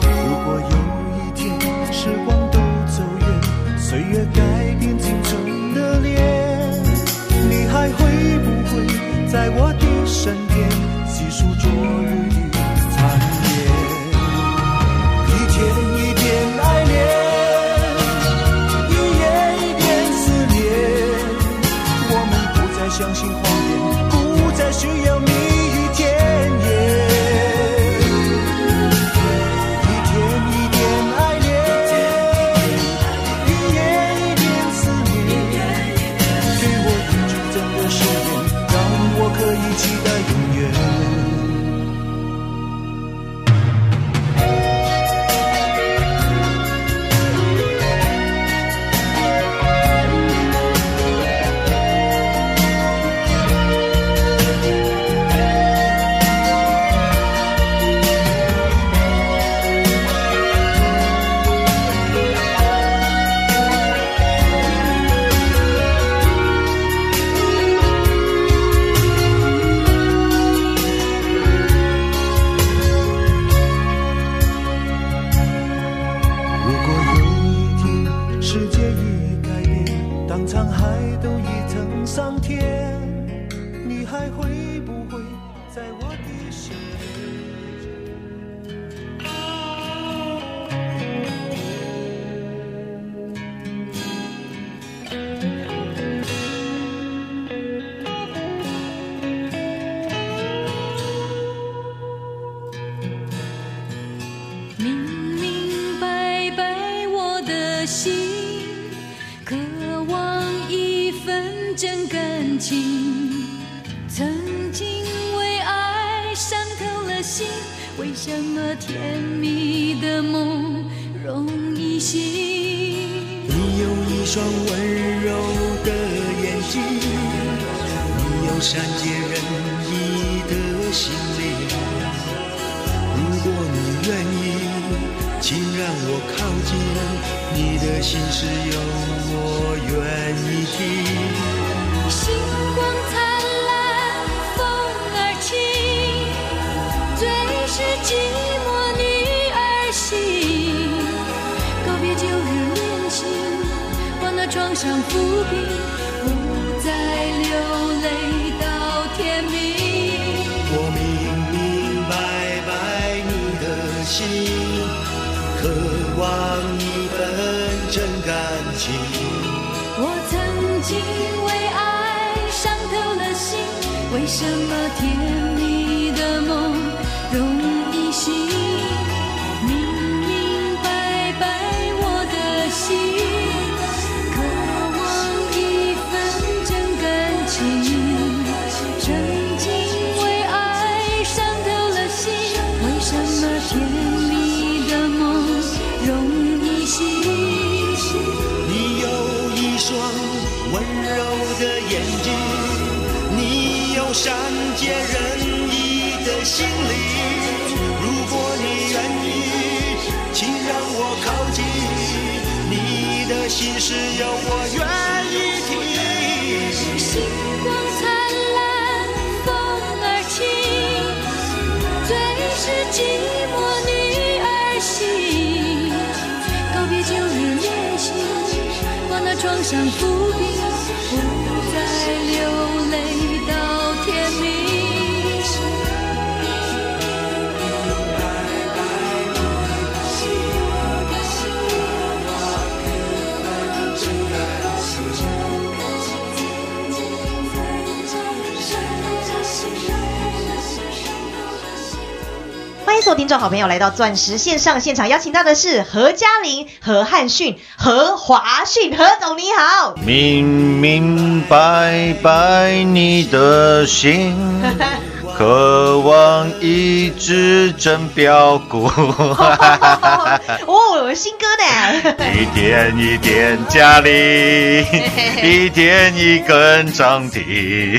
如果有一天时光都走远，岁月改变青春的脸，你还会不会在我的身边，细数昨日的残烟？一天一点爱恋，一夜一点思念，我们不再相信谎言，不再需要蜜语甜言。一天一点爱恋，一夜一点思念，给我一句真的誓言，让我可以期待永远。如果有一天世界已改变，当沧海都已成桑田，你还会不会在我的身边？明明白白我的心，渴望一份真感情。曾经为爱伤透了心，为什么甜蜜的梦容易醒？你有一双温柔的眼睛，你有善解人意的心灵。如果你愿意，请让我靠近，你的心事有我愿意听。星光灿烂，风儿轻，最是寂寞女儿心。告别旧日恋情，忘了创伤伏笔，不再流泪到天明。我明明白白你的心，渴望一份真感情。我曾经为爱伤透了心，为什么甜蜜的梦容易醒？明明白白我的心，渴望一份真感情。曾经为爱伤透了心，为什么甜蜜的梦容易醒？你有一双温柔的眼睛，你有善解人意的心灵。如果你愿意，请让我靠近，你的心事有我愿意听。星光灿烂，风儿轻，最是寂寞女儿心。告别旧日恋情，忘了创伤伏笔，不再流泪到天明。欢迎所有听众好朋友来到钻石线上现场，邀请到的是何嘉玲、何汉逊、何华逊，何总你好。明明白白你的心，渴望一只真标股，哦，有新歌 呢。一点一点加力，一点一根涨停。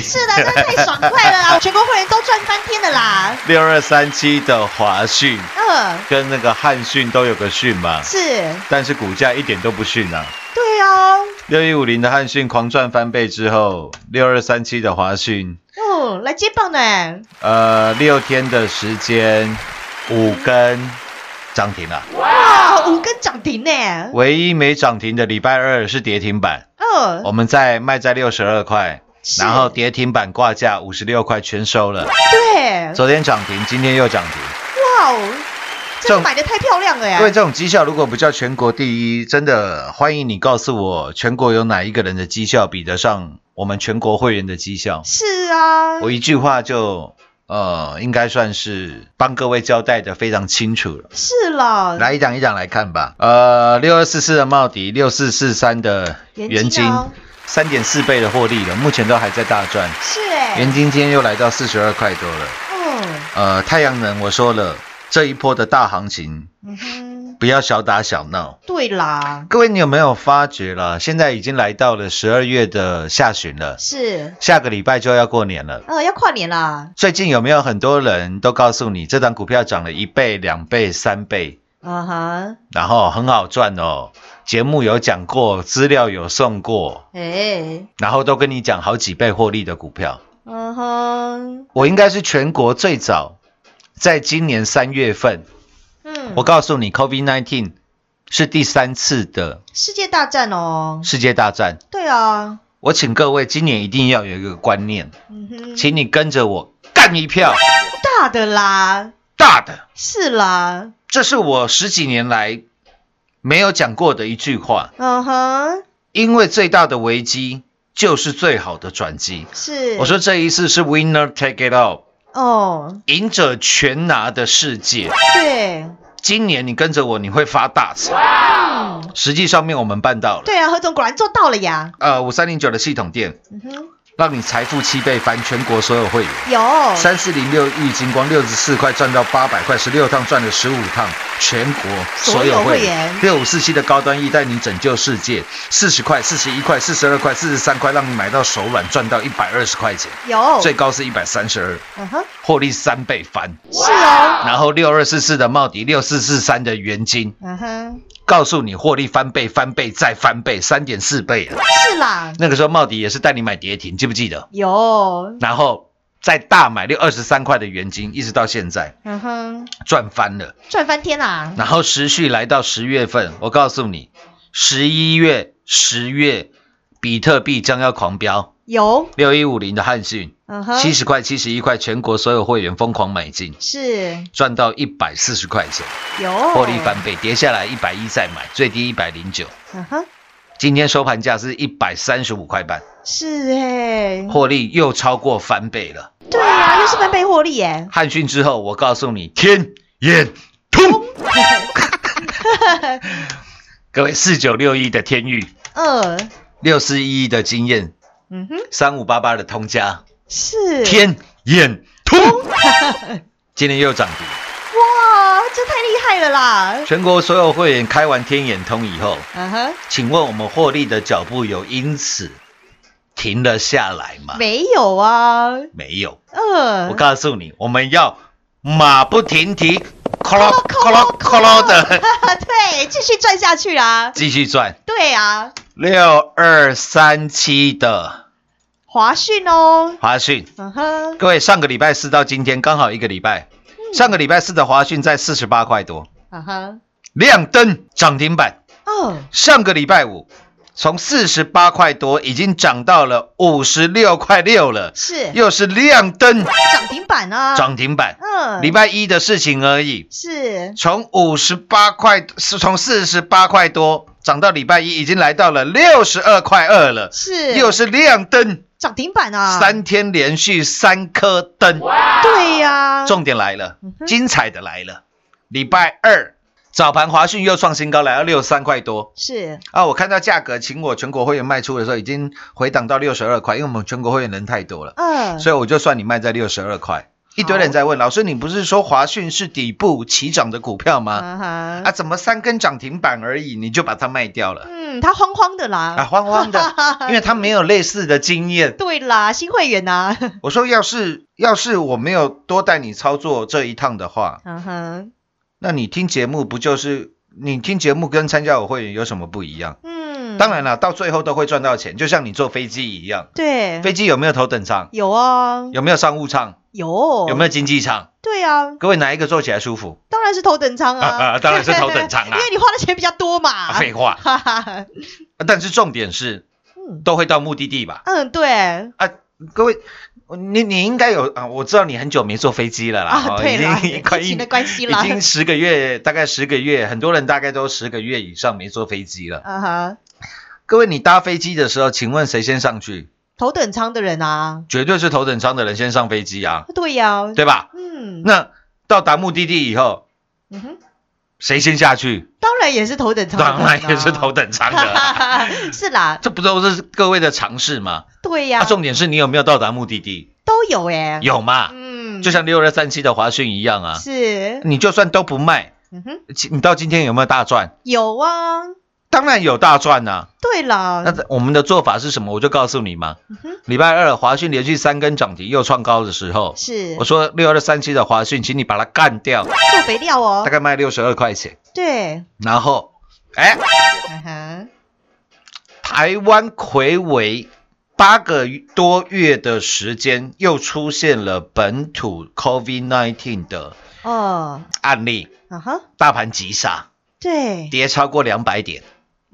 是的，真的太爽快了啦！全国会员都赚翻天了啦。六二三七的华讯嗯，跟那个汉讯都有个讯嘛，是，但是股价一点都不逊啊。对啊，六一五零的汉讯狂赚翻倍之后，六二三七的华讯，嗯，来接棒呢。呃，六天的时间，五根涨停了。哇，啊五根涨停呢。唯一没涨停的礼拜二是跌停板，嗯，我们在卖在六十二块，是然后跌停板挂价五十六块全收了。对，昨天涨停，今天又涨停。哇哦，这中买的太漂亮了呀因。为这种绩效如果不叫全国第一，真的欢迎你告诉我，全国有哪一个人的绩效比得上我们全国会员的绩效？是啊，我一句话就呃，应该算是帮各位交代的非常清楚了。是了。来一档一档来看吧。呃，六二四四的茂迪，六四四三的元元金金哦，三点四倍的获利了，目前都还在大赚。是哎、元金今天又来到四十二块多了。嗯呃，太阳能我说了，这一波的大行情嗯哼，不要小打小闹。对啦，各位，你有没有发觉了？现在已经来到了十二月的下旬了，是，下个礼拜就要过年了。呃，要跨年啦，最近有没有很多人都告诉你，这档股票涨了一倍、两倍、三倍，啊哈，然后很好赚哦？节目有讲过，资料有送过，哎，然后都跟你讲好几倍获利的股票。嗯哼，我应该是全国最早，在今年三月份，嗯，我告诉你，COVID-19 是第三次的世界大战哦，世界大战。对啊，我请各位今年一定要有一个观念，嗯哼，请你跟着我干一票大的啦，大的，是啦，这是我十几年来没有讲过的一句话。嗯哼，因为最大的危机就是最好的转机。是，我说这一次是 winner take it all，哦，赢者全拿的世界。对，今年你跟着我，你会发大财。嗯，实际上面我们办到了。对啊，何总果然做到了呀，呃，五三零九的系统店，嗯哼，让你财富七倍翻全国所有会员。有，三四零六亿金光六十四块赚到八百块，十六趟赚了十五趟，全国所有会员。六五四七的高端 E 带你拯救世界，四十块、四十一块、四十二块、四十三块，让你买到手软，赚到一百二十块钱，有，最高是一百三十二，嗯哼，获利三倍翻。是哦，然后六二四四的茂迪，六四四三的元金，嗯哼，告诉你获利翻倍、翻倍再翻倍，三点四倍了。是啦，那个时候茂迪也是带你买跌停，记不记得？有，然后再大买六二十三块的元金，一直到现在嗯哼，赚翻了。赚翻天啦，然后持续来到十月份，我告诉你，十一月、十月，比特币将要狂飙，有，六一五零的汉讯，嗯哼，七十块、七十一块，全国所有会员疯狂买进，是赚到一百四十块钱，有获利翻倍，跌下来一百一再买，最低一百零九，嗯哼，今天收盘价是一百三十五块半，是哎、获利又超过翻倍了。对呀、又是翻倍获利耶、汉讯之后，我告诉你，天眼通，各位四九六一的天域，呃，六四一的经验。嗯哼，三五八八的通家，是天眼通，今天又涨停。哇，这太厉害了啦！全国所有会员开完天眼通以后，嗯哼，请问我们获利的脚步有因此停了下来吗？没有啊，没有。呃，我告诉你，我们要马不停蹄，咯咯咯咯咯咯的 对，继续赚下去啦。继续赚。对啊，六二三七的华讯哦，华讯，嗯哼，各位上个礼拜四到今天刚好一个礼拜，上个礼拜四的华讯在四十八块多，嗯哼，亮灯涨停板。哦，上个礼拜五从四十八块多已经涨到了五十六块六了，是又是亮灯涨停板啊，涨停板。嗯，礼拜一的事情而已，是从五十八块是从四十八块多涨到礼拜一，已经来到了六十二块二了，是又是亮灯，涨停板啊，三天连续三颗灯。对呀、重点来了嗯哼，精彩的来了，礼拜二早盘华讯又创新高，来到六十三块多。是啊，我看到价格，请我全国会员卖出的时候，已经回档到六十二块，因为我们全国会员人太多了，嗯，所以我就算你卖在六十二块，一堆人在问老师，你不是说华讯是底部起涨的股票吗？啊哈，啊，怎么三根涨停板而已，你就把它卖掉了？嗯，他慌慌的啦，啊，慌慌 的，因为他没有类似的经验。对啦，新会员啊呐、我说，要是要是我没有多带你操作这一趟的话，嗯哼，那你听节目不就是你听节目跟参加我会员有什么不一样？嗯，当然了，到最后都会赚到钱，就像你坐飞机一样，对，飞机有没有头等舱？有啊，有没有商务舱？有有没有经济舱？对啊，各位哪一个坐起来舒服？当然是头等舱啊，啊当然是头等舱啊 因为你花的钱比较多嘛。啊废、话，哈哈，但是重点是 嗯都会到目的地吧？嗯，对，啊，各位，你你应该有啊，我知道你很久没坐飞机了啦，啊哦对啦已经快一疫情的关系已啦经十个月，大概十个月，很多人大概都十个月以上没坐飞机了。 啊哈，各位，你搭飞机的时候，请问谁先上去？头等舱的人啊，绝对是头等舱的人先上飞机啊，对呀、对吧？嗯，那到达目的地以后，嗯哼，谁先下去？当然也是头等舱的人啊、当然也是头等舱的啊、 是啦，这不都是各位的尝试吗？对呀、啊，重点是你有没有到达目的地？都有哎、有嘛？嗯，就像六二三七的华讯一样啊，是，你就算都不卖，嗯哼，你到今天有没有大赚？有啊，当然有大赚呐、对啦，那我们的做法是什么？我就告诉你嘛。嗯哼礼拜二华讯连续三根涨停又创高的时候，是我说六二三七的华讯，请你把它干掉，做肥料哦大，概卖六十二块钱。对，然后，哎，嗯哼，台湾魁违八个多月的时间，又出现了本土 COVID-19 的哦，案例，啊哈，大盘急杀，对，跌超过两百点，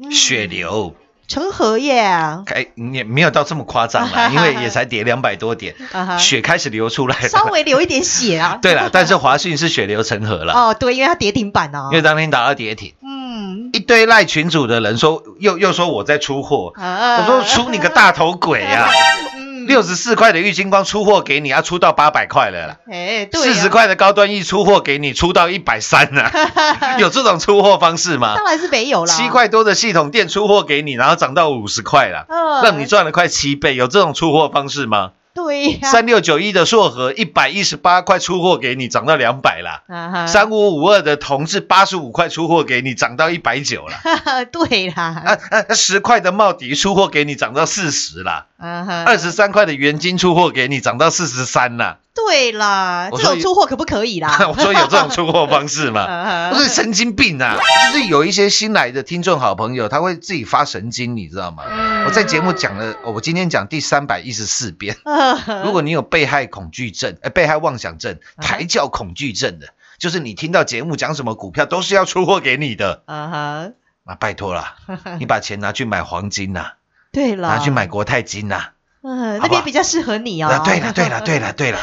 嗯血流。成 河耶，啊哎，也没有到这么夸张 啦，因为也才跌两百多点，哈，血开始流出来了。，稍微流一点血啊 对了，但是华讯是血流成河了，哦，对，因为它跌停板哦因，为当天打到跌停，嗯，一堆赖群主的人说，又又说我在出货，啊我说出你个大头鬼 啊！嗯，六十四块的玉金光出货给你，要出到八百块了啦。哎，对，四十，块的高端一出货给你，出到一百三了， 有这种出货方式吗当？然是没有啦，啊七，块多的系统店出货给你，然后涨到五十块了，嗯让你赚了快七倍，有这种出货方式吗？对呀，三六九一的硕和一百一十八块出货给你，涨到两百啦。啊哈，三五五二的同志八十五块出货给你，涨到一百九了。 对啦，啊啊，十块的茂迪出货给你，涨到四十啦。啊哈，二十三块的元金出货给你，涨到四十三啦。对啦，我这说种出货可不可以啦？ 我说有这种出货方式吗？啊不哈是神经病啊！就是有一些新来的听众好朋友，他会自己发神经，你知道吗？我在节目讲了，哦我今天讲第三百一十四遍。啊如果你有被害恐惧症、呃被害妄想症、抬轿恐惧症的，就是你听到节目讲什么股票都是要出货给你的，啊啊，拜托啦，哈，你把钱拿去买黄金呐、对啦，拿去买国泰金呐、嗯，好不那好边比较适合你哦啊。。对了，对了，对了，对了，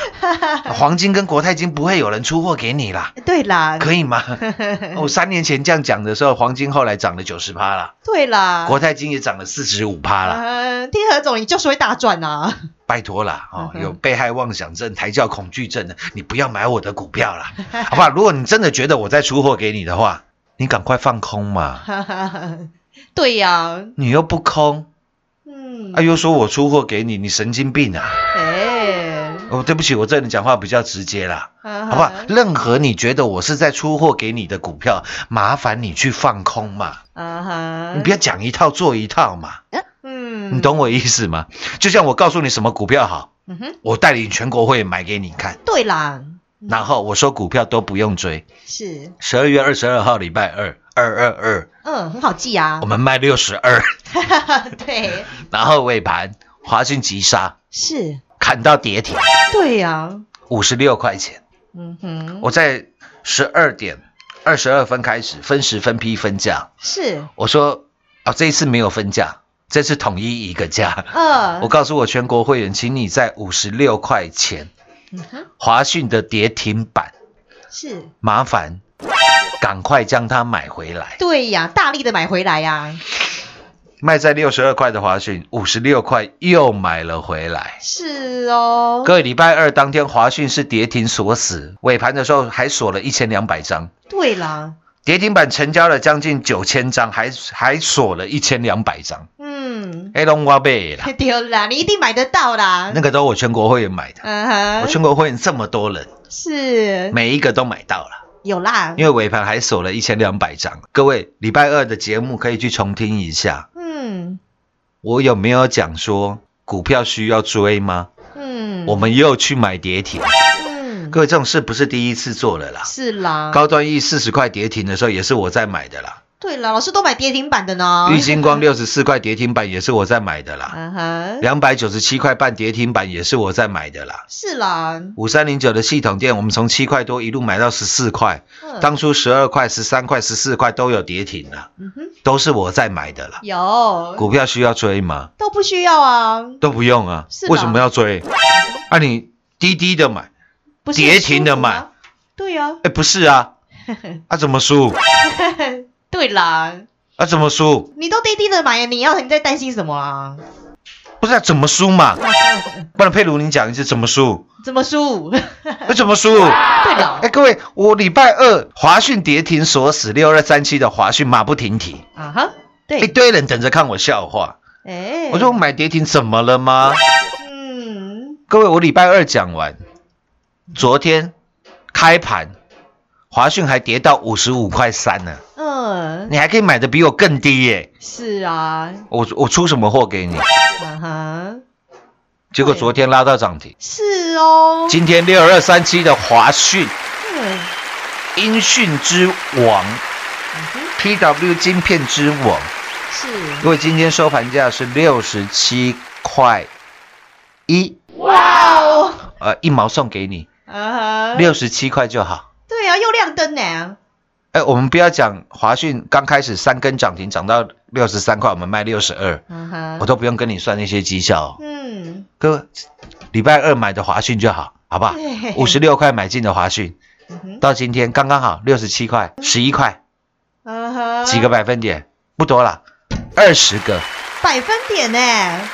黄金跟国泰金不会有人出货给你啦，对啦，可以吗？我三年前这样讲的时候，黄金后来涨了九十趴啦，对啦，国泰金也涨了四十五趴啦。嗯，听何总，你就是会大赚啊呐。拜托啦，哦，嗯哼有被害妄想症、抬轿恐惧症的，你不要买我的股票啦， 好不好？如果你真的觉得我在出货给你的话，你赶快放空嘛， 对呀，你又不空，嗯啊，，又说我出货给你，你神经病啊！哎，啊哦，对不起，我这人讲话比较直接啦，好好不好？任何你觉得我是在出货给你的股票，麻烦你去放空嘛，啊哈，你不要讲一套做一套嘛，嗯，你懂我意思吗？就像我告诉你什么股票好，嗯哼，我带领全国会员买给你看，对啦，然后我说股票都不用追。是，十二月二十二号礼拜二，二二二，嗯，很好记啊我。们卖六十二， 对，然后尾盘华讯急杀，是，砍到跌停对呀，五十六块钱。嗯哼，我在十二点二十二分开始分时分批分价，是，我说啊、这一次没有分价，这次统一一个价。嗯我，告诉我全国会员，请你在五十六块钱嗯哼，华讯的跌停板，是。麻烦赶快将它买回来。对呀，大力的买回来呀，卖在六十二块的华讯，五十六块又买了回来。是哦，各位，礼拜二当天华讯是跌停锁死，尾盘的时候还锁了一千两百张，对啦，跌停板成交了将近九千张，还还锁了一千两百张。嗯， 黑龙我贝啦，对啦，你一定买得到啦。那个都我全国会员买的，嗯我哼，全国会员这么多人，是每一个都买到了，有啦，因为尾盘还锁了一千两百张。各位，礼拜二的节目可以去重听一下，嗯我有没有讲说股票需要追吗？嗯，我们又去买跌停，嗯各位这种事不是第一次做了啦。是啦，高端 E 四十块跌停的时候，也是我在买的啦。对啦，老师都买跌停板的呢。玉金光六十四块跌停板也是我在买的啦，嗯哼，两百九十七块半跌停板也是我在买的啦。是啦，五三零九的系统店，我们从七块多一路买到十四块，嗯当初十二块、十三块、十四块都有跌停了，嗯哼，都是我在买的啦。有股票需要追吗？都不需要啊，都不用啊是，吧为什么要追？啊，你低低的买，不是跌停的舒服买吗，对呀、哎，不是啊，啊怎么输？ 对啦，啊怎么输？你都跌停的买，你要你在担心什么啊？ 不是、啊、怎么输嘛？不然佩如你讲一次怎么输？怎么输？ 那怎么输？对的哎，各位，我礼拜二华讯跌停锁死六二三七的华讯马不停蹄，啊哈，一对，堆人等着看我笑话。哎我说我买跌停怎么了吗？嗯，各位，我礼拜二讲完，昨天开盘华讯还跌到五十五块三呢，嗯，你还可以买的比我更低耶、是啊，我我出什么货给你？啊哈，结果昨天拉到涨停，是哦，嗯今天六二三七的华讯对，音讯之王哼，PW 晶片之王。是，因为今天收盘价是六十七块一，哇哦，呃，一毛送给你，啊哈，六十七块就好。对啊，又亮灯呢，哎，我们不要讲华讯刚开始三根涨停涨到六十三块，我们卖六十二，啊哈我，都不用跟你算那些绩效、哦。嗯，各位，礼拜二买的华讯就好，好不好？对五十六块买进的华讯，嗯哼到今天刚刚好六十七块，十一块，啊哈，几个百分点？不多啦，二十个百分点呢？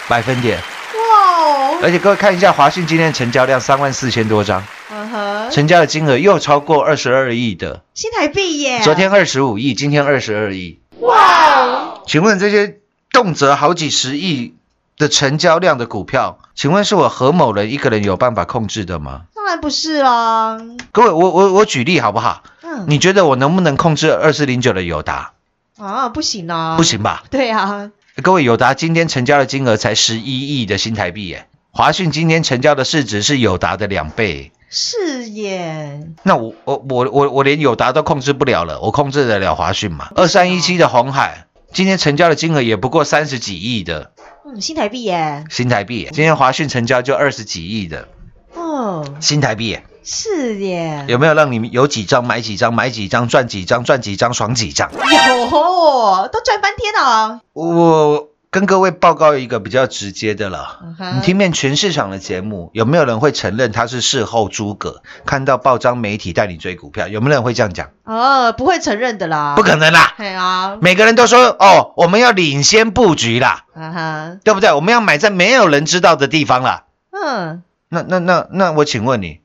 百分点。哇哦，而且各位看一下华讯今天的成交量三万四千多张。啊哈，成交的金额又超过二十二亿的，新台币耶，昨天二十五亿，今天二十二亿。哇！请问这些动辄好几十亿的成交量的股票，请问是我何某人一个人有办法控制的吗？当然不是啦，各位，我我我举例好不好？嗯，你觉得我能不能控制二四零九的友达？啊，不行啊，不，行吧？对啊，各位，友达今天成交的金额才十一亿的新台币耶，华讯今天成交的市值是友达的两倍耶。是耶，那我我我我我连友达都控制不了了，我控制得了华讯吗？二三一七的红海，今天成交的金额也不过三十几亿的嗯，新台币耶，新台币，今天华讯成交就二十几亿的哦，新台币，是耶，有没有让你们有几张买几张买几张赚几张赚几张爽几张？有，都赚翻天了，我跟各位报告一个比较直接的了。嗯你哼，听遍全市场的节目，有没有人会承认他是事后诸葛？看到报章媒体带你追股票，有没有人会这样讲？哦，不会承认的啦，不可能啦！对啊，每个人都说哦，我们要领先布局啦，啊哈，对不对？我们要买在没有人知道的地方啦。嗯，那那那那，我请问你，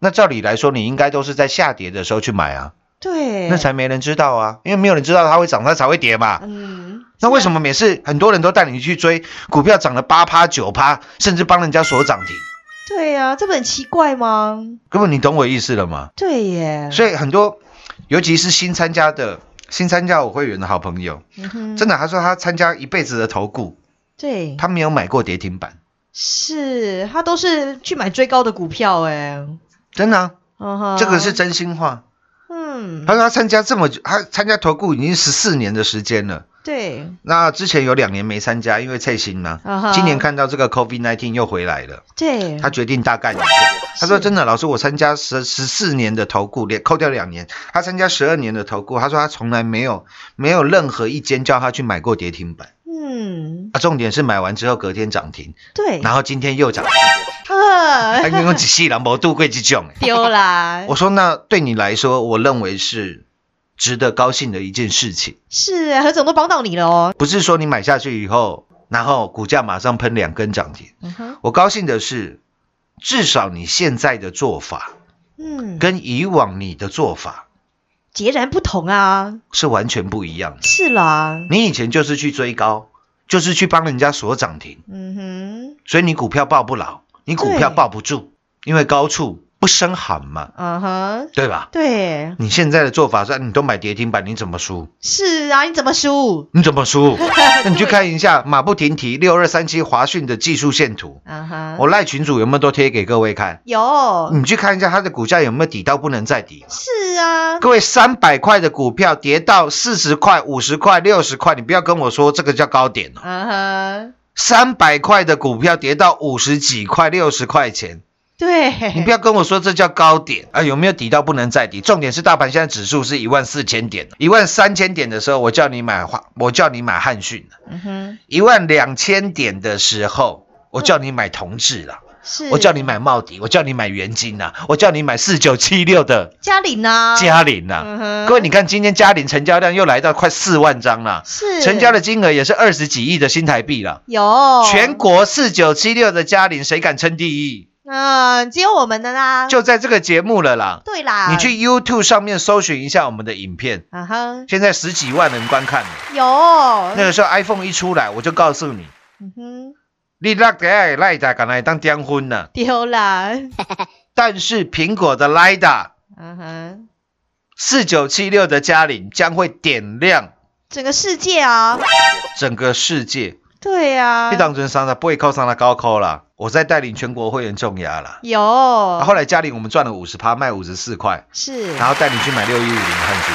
那照理来说，你应该都是在下跌的时候去买啊，对，那，才没人知道啊，因为没有人知道它会涨，它才会跌嘛。嗯，那为什么每次很多人都带你去追股票涨了八趴九趴，甚至帮人家锁涨停？对啊，这不很奇怪吗？各位，你懂我意思了吗？对耶，所以很多，尤其是新参加的新参加我会员的好朋友，以真的，的，他说他参加一辈子的投顾，对，他没有买过跌停板，是他都是去买追高的股票哎，真的啊、嗯哼，这个是真心话。嗯他，说他参加这么久，他参加投顾已经十四年的时间了。对，那之前有两年没参加，因为蔡心嘛。啊哈嗯今年看到这个 COVID 1 9又回来了，对，他决定大干一个。他说：“真的，老师，我参加十十四年的投顾，连扣掉两年，他参加十二年的投顾。他说他从来没有没有任何一间叫他去买过跌停板嗯，啊。重点是买完之后隔天涨停，对，然后今天又涨停，啊他一共几细狼博度贵之囧。 丢啦，我说那对你来说，我认为是值得高兴的一件事情，是啊何总都帮到你了哦，不是说你买下去以后，然后股价马上喷两根涨停。嗯哼，我高兴的是，至少你现在的做法嗯，跟以往你的做法截然不同啊，是完全不一样的。是啦，你以前就是去追高，就是去帮人家锁涨停，嗯哼，所以你股票抱不牢，你股票对抱不住，因为高处不胜寒嘛，嗯哼，对吧？对，你现在的做法是，啊你都买跌停板，你怎么输？是啊，你怎么输？你怎么 输？那你去看一下马不停蹄六二三七华讯的技术线图，嗯哼，我赖群主有没有都贴给各位看？有，你去看一下它的股价有没有底到不能再底？是啊，各位，三百块的股票跌到四十块、五十块、六十块，你不要跟我说这个叫高点哦。嗯哼，三百块的股票跌到五十几块、六十块钱，对，你不要跟我说这叫高点啊！有没有底到不能再底？重点是大盘现在指数是一万四千点，一万三千点的时候，我叫你买华，我叫你买汉讯嗯哼，一万两千点的时候，我叫你买同志啦，是，我叫你买茂迪，我叫你买元金啦，我叫你买四九七六的嘉玲呢？嘉玲嗯啦。哼各位，你看今天嘉玲成交量又来到快四万张啦，是成交的金额也是二十几亿的新台币啦。有全，国四九七六的嘉玲，谁敢称第一？嗯，只有我们的啦，就在这个节目了啦。对啦，你去，YouTube 上面搜寻一下我们的影片，嗯哼，现在十几万人观看了。有，哦那个时候 iPhone 一出来，我就告诉你，嗯哼，你那个爱赖达敢来当颠婚呢。丢啦，但是苹果的 Lida 嗯哼，四九七六的嘉玲将会点亮整个世界啊，整个世界。对啊你，当真伤了，不会扣上了高扣啦。我在带领全国会员重压啦。有，哦啊后来嘉玲我们赚了五十趴，卖五十四块，是，然后带你去买六一五零汉嗯讯，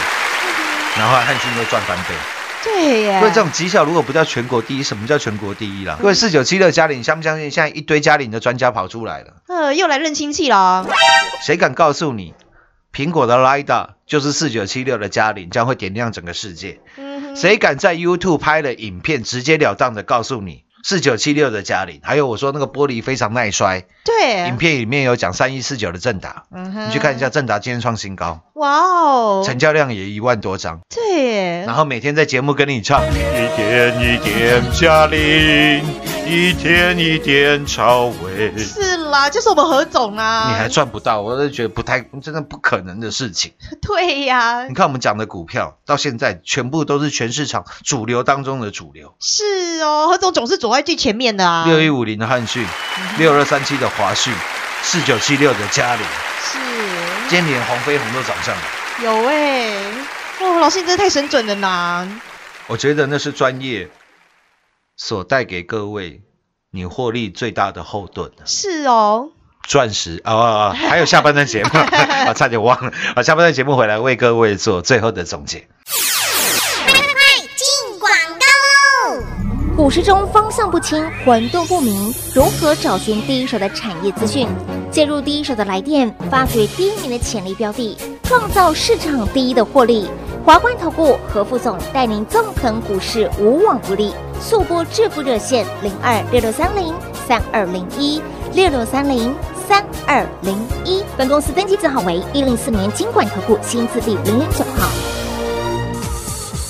然后汉讯又赚翻倍。对耶，因为这种绩效如果不叫全国第一，什么叫全国第一啦？各位四九七六嘉玲，相不相信现在一堆嘉玲的专家跑出来了？呃，又来认亲戚了，谁敢告诉你，苹果的 Lida 就是四九七六的嘉玲将会点亮整个世界？嗯哼，谁敢在 YouTube 拍了影片，直截了当的告诉你四九七六的嘉玲，还有我说那个玻璃非常耐摔，对，影片里面有讲三一四九的正达，嗯哼你去看一下，正达今天创新高，哇哦，嗯成交量也一万多张，对耶，然后每天在节目跟你唱。一点一点加零，一天一点超微。是啦，就是我们何总啊，你还赚不到，我就觉得不太，真的不可能的事情。嗯对呀你，看我们讲的股票，到现在全部都是全市场主流当中的主流。是哦，何总总是走在最前面的啊，六一五零的汉讯，嗯六二三七的华讯，四九七六的嘉玲，嗯是今天连黄飞鸿都涨上来。有哎，哦，老师你真的太神准了呐，我觉得那是专业所带给各位你获利最大的后盾啊是哦，钻石啊、哦，还有下半段节 目啊，差点忘了啊，下半段节目回来为各位做最后的总结。进广告喽！股市中方向不清、混沌不明，如何找寻第一手的产业资讯？介入第一手的来电，发掘第一名的潜力标的，创造市场第一的获利。华冠投顾何副总带领纵横股市，无往不利。速播致富热线零二六六三零三二零一六六三零三二零一。本公司登记字号为一零四年经管投顾新字第零零九号。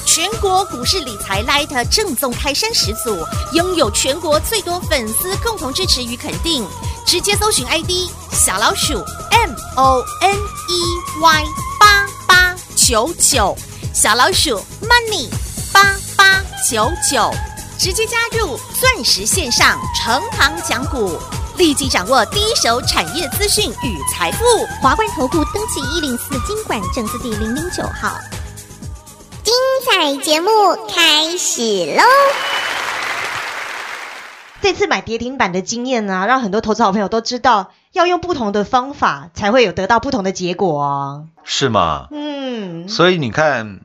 全国股市理财 Light 正宗开山始祖，拥有全国最多粉丝共同支持与肯定。直接搜寻 ID 小老鼠 M O N E Y 八八九九，小老鼠 Money 八八九九，直接加入钻石线上成行讲股，立即掌握第一手产业资讯与财富。华冠投顾登记一零四经管证字第零零九号。这次买跌停板的经验啊，让很多投资好朋友都知道，要用不同的方法才会有得到不同的结果啊。是吗？嗯，所以你看，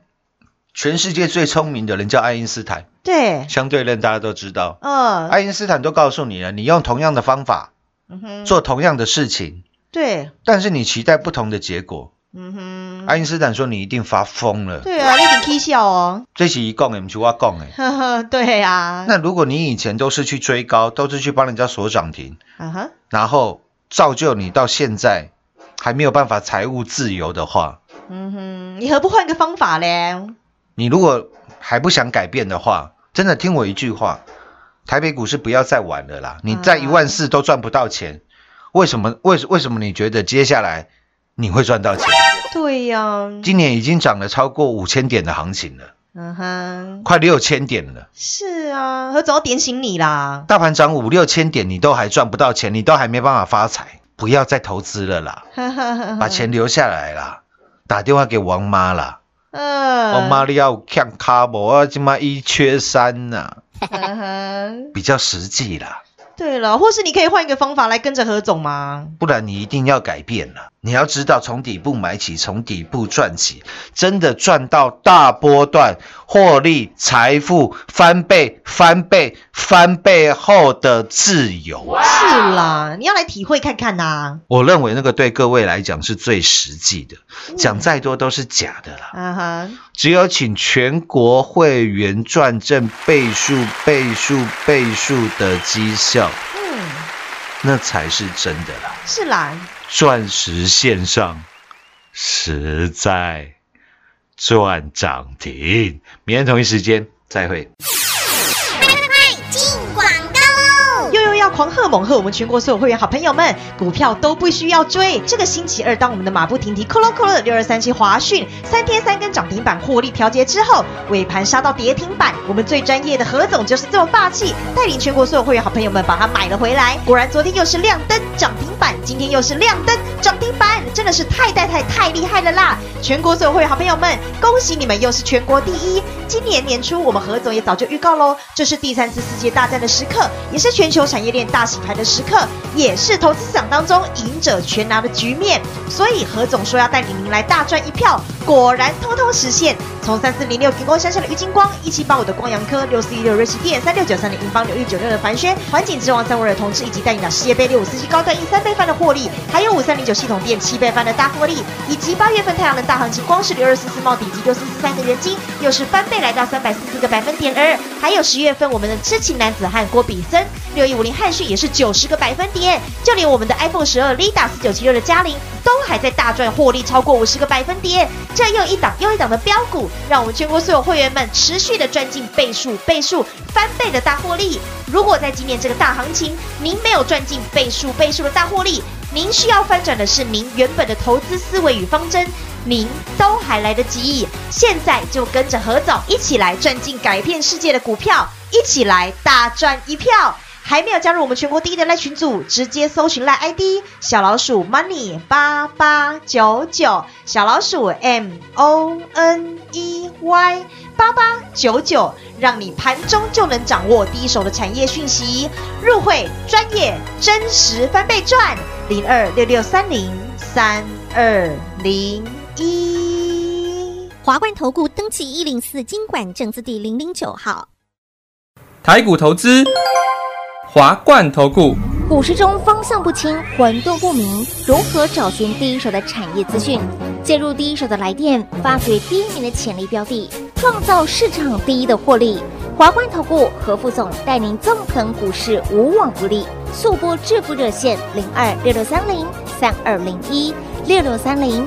全世界最聪明的人叫爱因斯坦，对，相对论大家都知道。嗯，爱因斯坦都告诉你了，你用同样的方法嗯哼，做同样的事情，对，但是你期待不同的结果。嗯哼，爱因斯坦说你一定发疯了，对啊，你挺 K 笑哦， 这是一共 M 是我讲哎。呵呵，对啊，那如果你以前都是去追高，都是去帮人家锁涨停，啊哈，然后造就你到现在还没有办法财务自由的话，嗯哼，你何不换个方法嘞？你如果还不想改变的话，真的听我一句话，台北股市不要再玩了啦！你在一万四都赚不到钱，为什么？为为什么你觉得接下来你会赚到钱？对呀、今年已经涨了超过五千点的行情了，嗯哼，快六千点了。是啊，何总要点醒你啦。 大盘涨五六千点，你都还赚不到钱，你都还没办法发财，不要再投资了啦，把钱留下来啦，打电话给王妈啦。嗯，王妈你要看卡无啊，今妈一缺三呐、嗯哼，比较实际啦。 对了，或是你可以换一个方法来跟着何总嘛。不然你一定要改变了。你要知道，从底部买起，从底部赚起，真的赚到大波段获利、财富翻倍、翻倍、翻倍后的自由。是啦，你要来体会看看呐、我认为那个对各位来讲是最实际的，讲再多都是假的啦。啊哈，只有请全国会员赚正倍数、倍数、倍数的绩效，嗯，那才是真的啦。是啦，钻石线上实在赚涨停。明天同一时间再会。进广告喽！又又要狂贺猛贺我们全国所有会员好朋友们，股票都不需要追。这个星期二，当我们的马不停蹄、扣喽扣喽的六二三七华讯三天三根涨停板获利调节之后，尾盘杀到跌停板，我们最专业的何总就是这么霸气，带领全国所有会员好朋友们把它买了回来。果然，昨天又是亮灯涨停板，今天又是亮灯涨停板，真的是太太太太厉害了啦！全国所有会员好朋友们，恭喜你们又是全国第一！今年年初，我们何总也早就预告喽，这是第三次世界大战的时刻，也是全球产业链大洗牌的时刻，也是投资市场当中赢者全拿的局面。所以何总说要带领您来大赚一票，果然通通实现。从三四零六平光山下的郁金光，一七八五的光阳科，六四一六瑞奇电，三六九三的银邦，六一九六的凡轩，环境之王三维的同志，以及带领了世界杯六五四七高端一三倍翻的获利，还有五三零九系统店七倍翻的大获利，以及八月份太阳能大行情，光是六二四四茂底及六四四三的元金，又是翻倍来到三百四十个百分点二，还有十月份我们的痴情男子汉郭比森，六一五零汉逊也是九十个百分点，就连我们的 iPhone 十二 Lida 四九七六的嘉玲都还在大赚获利超过五十个百分点，这又一档又一档的标股，让我们全国所有会员们持续的赚进倍数、倍数、翻倍的大获利。如果在今年这个大行情，您没有赚进倍数、倍数的大获利，您需要翻转的是您原本的投资思维与方针，您都还来得及。现在就跟着何总一起来赚进改变世界的股票，一起来大赚一票。还没有加入我们全国第一的赖群组，直接搜寻赖 ID 小老鼠 money 八八九九，小老鼠 M O N E Y 八八九九，让你盘中就能掌握第一手的产业讯息，入会专业真实翻倍赚零二六六三零三二零一。华冠投顾登记一零四经管证字第零零九号。台股投资，华冠投顾，股市中方向不清、混沌不明，如何找寻第一手的产业资讯，介入第一手的来电，发掘第一名的潜力标的，创造市场第一的获利？华冠投顾何副总带您纵横股市，无往不利。速播致富热线零二六六三零三二零一六六三零